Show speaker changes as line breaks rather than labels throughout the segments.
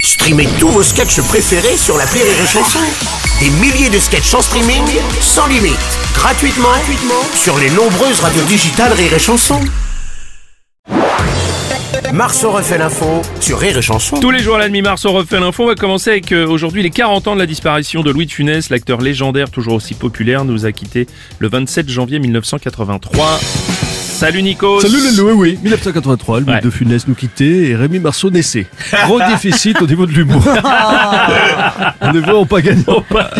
Streamez tous vos sketchs préférés sur la Rire et Chanson. Des milliers de sketchs en streaming, sans limite, gratuitement, gratuitement sur les nombreuses radios digitales Rire et Chanson. Marceau refait l'info sur Rire et Chanson.
Tous les jours à la demi-mars, on refait l'info. On va commencer avec euh, aujourd'hui les 40 ans de la disparition de Louis de Funès, l'acteur légendaire toujours aussi populaire, nous a quitté le 27 janvier 1983. Salut Nico.
Salut Lolo, oui, oui. 1983, Louis
Ouais.
de Funès nous quittait et Rémi Marceau naissait. Gros déficit au niveau de l'humour. on est vraiment pas
Oh,
gagnant.
bah,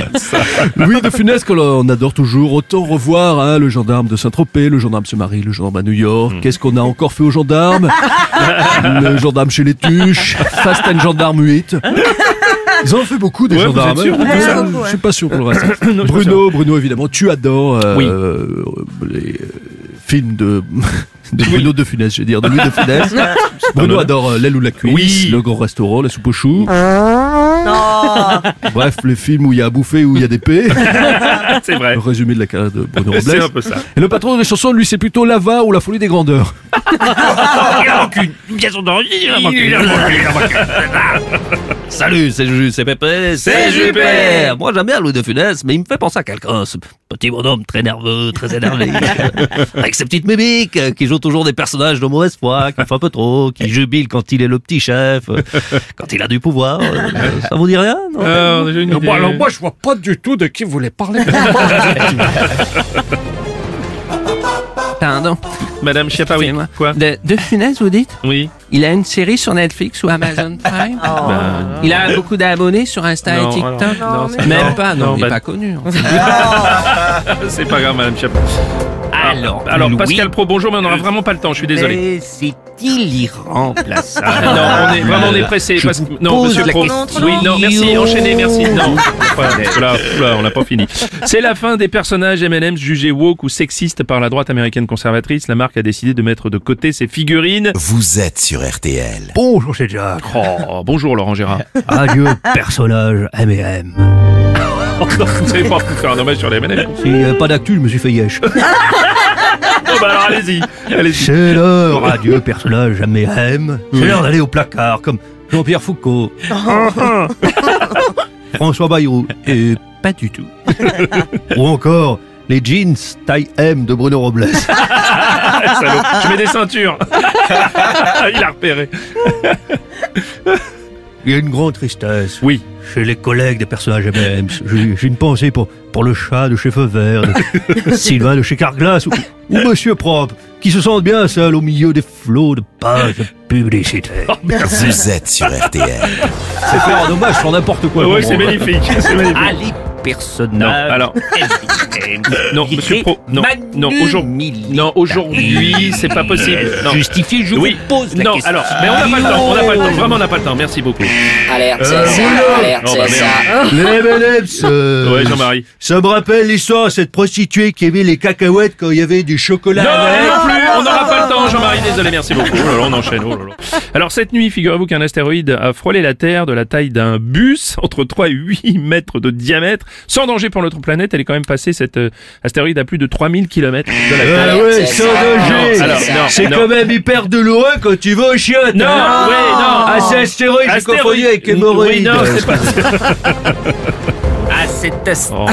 Louis de Funès, que l'on adore toujours, autant revoir hein, le gendarme de Saint-Tropez, le gendarme se marie, le gendarme à New York.
Hmm.
Qu'est-ce qu'on a encore fait au gendarme Le gendarme chez les Tuches, Fast and Gendarme 8. Ils en ont fait beaucoup des
Ouais, vous
gendarmes.
êtes sûr
hein.
Ouais,
Ça,
beaucoup, ouais.
Je suis pas sûr pour le reste.
Non, je suis pas
Bruno, Bruno, évidemment, tu adores euh, euh, les euh, films de, de Bruno de Funès, je veux dire, de Louis de Funès. Bruno adore euh, l'aile ou la cuisse,
Oui.
le grand restaurant, la soupe aux choux.
Non
Bref, les films où il y a à bouffer, où il y a des paix.
ah, C'est vrai.
Le résumé de la carrière de Bruno
C'est un
Robles.
peu ça.
Et le patron des chansons, lui, c'est plutôt Lava ou la folie des grandeurs.
Salut, c'est Juju, c'est Pépé,
C'est Jupé.
Moi j'aime bien Louis de Funès, mais il me fait penser à quelqu'un, ce petit bonhomme très nerveux, Oh, très énervé, avec ses petites mimiques, euh, qui joue toujours des personnages de mauvaise foi, qui fait un peu trop, qui jubile quand il est le petit chef, euh, quand il a du pouvoir. euh, Ça vous dit rien non
Euh, j'ai une idée.
je vois pas du tout de qui vous voulez parler.
Pardon,
Madame Schiappa, oui.
excusez-moi.
Quoi
De, de Funès, vous dites
Oui.
Il a une série sur Netflix ou Amazon Prime Ben,
Bah,
Il a beaucoup d'abonnés sur
Ah,
Insta
Non,
et TikTok
alors, non, c'est-
Même
non,
pas, non,
non,
il
bah-
n'est pas connu. hein. en fait.
c'est pas grave, Madame Schiappa.
Alors,
Alors,
Louis, euh,
Pascal Pro, bonjour, mais on n'aura vraiment pas le temps, je suis désolé. Ah,
mais c'est irremplaçable. Euh,
Non, on est vraiment on est pressé.
Je
parce-
vous
Non,
pose
Monsieur
la
Pro.
question.
Oui, non, merci, enchaînez, merci. Non, Voilà, voilà, voilà, on n'a pas fini. C'est la fin des personnages M&M's jugés woke ou sexistes par la droite américaine conservatrice. La marque a décidé de mettre de côté ses figurines.
Vous êtes sur RTL.
Bonjour, c'est Jack.
Oh, bonjour Laurent Gérard.
Adieu, personnage M&M.
Oh, non, vous savez pas vous faire un hommage sur les M&M's.
S'il n'y avait euh, pas d'actu, je me suis fait yesh.
Oh, bah alors allez-y, allez-y.
C'est l'heure, adieu personnage jamais M. C'est l'heure d'aller au placard comme Jean-Pierre Foucault, François Bayrou, et pas du tout. Ou encore les jeans taille M de Bruno Robles.
Ah, salaud. Je mets des ceintures. Il a repéré.
Il y a une grande tristesse.
Oui.
Chez les collègues des personnages M&M, j'ai j'ai une pensée pour, pour le chat de chez Feu Vert, de Sylvain de chez Carglass ou, ou Monsieur Propre, qui se sentent bien seuls au milieu des flots de pages publicitaires.
Vous êtes sur RTL.
C'est faire un hommage sur n'importe quoi.
oui,
pour
c'est
moi.
magnifique. C'est magnifique.
Ah, les
Non,
personnages.
alors, non, Monsieur Pro, non, non, aujourd'hui, non, aujourd'hui, c'est pas possible. Non.
Justifié, je
Oui.
vous pose la
non,
question.
alors, mais on n'a pas le temps, on n'a pas le temps, vraiment on n'a pas le temps, merci beaucoup.
Alerte, c'est ça, alerte,
Non, bah,
c'est ça.
Les M&M's, euh,
Ouais, Jean-Marie.
Ça me rappelle l'histoire de cette prostituée qui aimait les cacahuètes quand il y avait du chocolat
Non,
avec.
non plus, on n'aura pas le temps, Jean-Marie, désolé, merci beaucoup. Oh là là, on enchaîne, oh là là. Alors, cette nuit, figurez-vous qu'un astéroïde a frôlé la Terre de la taille d'un bus, entre 3 et 8 mètres de diamètre, sans danger pour notre planète, elle est quand même passée, cette euh, astéroïde, à plus de 3000 km de la Terre.
Ah ouais, sans
Non,
danger.
alors, non,
C'est
non.
quand même hyper douloureux quand tu vas au chiottes.
Non,
hein.
ouais, non.
Ah, c'est astéroïde, j'ai
Astéroïde.
confondu avec hémorroïde.
Oui, non, c'est pas
Ah, c'est
Oh.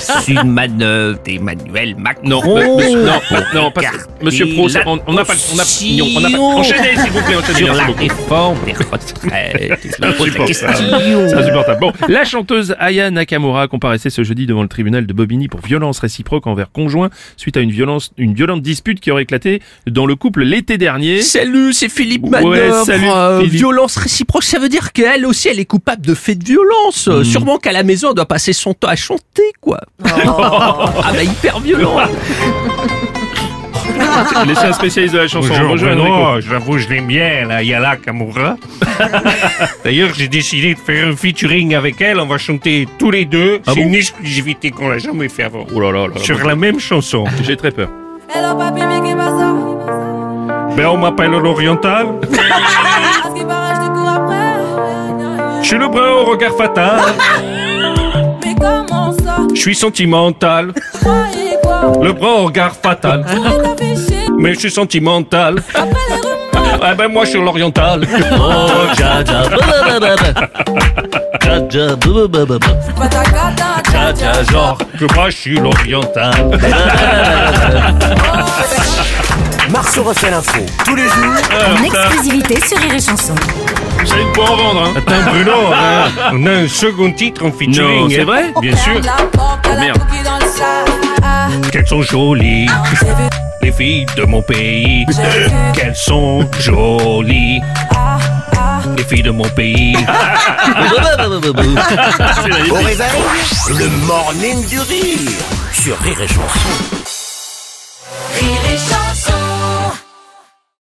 c'est une manœuvre d'Emmanuel Macron.
Non, mais- mais-
Oh.
non, non, parce que, monsieur Pro, c'est- on on n'a pas, on n'a non, on n'a pas, enchaînez, s'il vous plaît, enchaînez, merci beaucoup.
réforme des retraites. Je me pose la
C'est insupportable. Bon, la chanteuse Aya Nakamura comparaissait ce jeudi devant le tribunal de Bobigny pour violence réciproque envers conjoint suite à une violence, une violente dispute qui aurait éclaté dans le couple l'été dernier.
Salut, c'est Philippe
Ouais,
Manœuvre.
salut,
Euh,
Philippe.
Violence réciproque, ça veut dire qu'elle aussi, elle est coupable de faits de violence.
Hmm.
Euh, Sûrement qu'à la maison, elle doit passer son temps à chanter, quoi. ah bah hyper violent.
Laissez un spécialiste de la chanson. Bonjour, Enrico.
Bruno, j'avoue, je l'aime bien, la Yala Kamura. D'ailleurs, j'ai décidé de faire un featuring avec elle, on va chanter tous les deux.
Ah
C'est une exclusivité qu'on n'a jamais fait avant.
Oh là là là là.
Sur la même chanson.
J'ai très peur.
Hello papi, mais qu'est-ce que
Ben, on m'appelle l'Oriental.
ça À ce qui paraît, je te cours après.
Je suis le brun au regard fatal.
Mais comment ça
Je suis sentimental.
Je croyais quoi
Le brun au regard fatal.
Arrête d'afficher
Mais je suis sentimental.
après les rumeurs.
Ah ben, moi, je suis l'Oriental.
Oh, Jaja.
Pas ta cata,
Ah,
tcha, tcha.
genre que moi je suis l'oriental.
Marceau refait l'info tous les jours
En exclusivité sur Rire et Chanson.
J'ai de quoi en vendre, hein.
Attends, Bruno, on a, on a un second titre en featuring.
Non, c'est
hein.
vrai
Bien sûr.
De la porte à la
merde.
cookie dans le sac. Ah,
Qu'elles sont jolies,
j'ai vu,
les filles de mon pays.
j'ai vu.
Qu'elles sont jolies,
Ah, ah.
les filles de mon pays.
Ah, bah,
Eh
Au réveil, le morning du rire sur Rire et Chanson.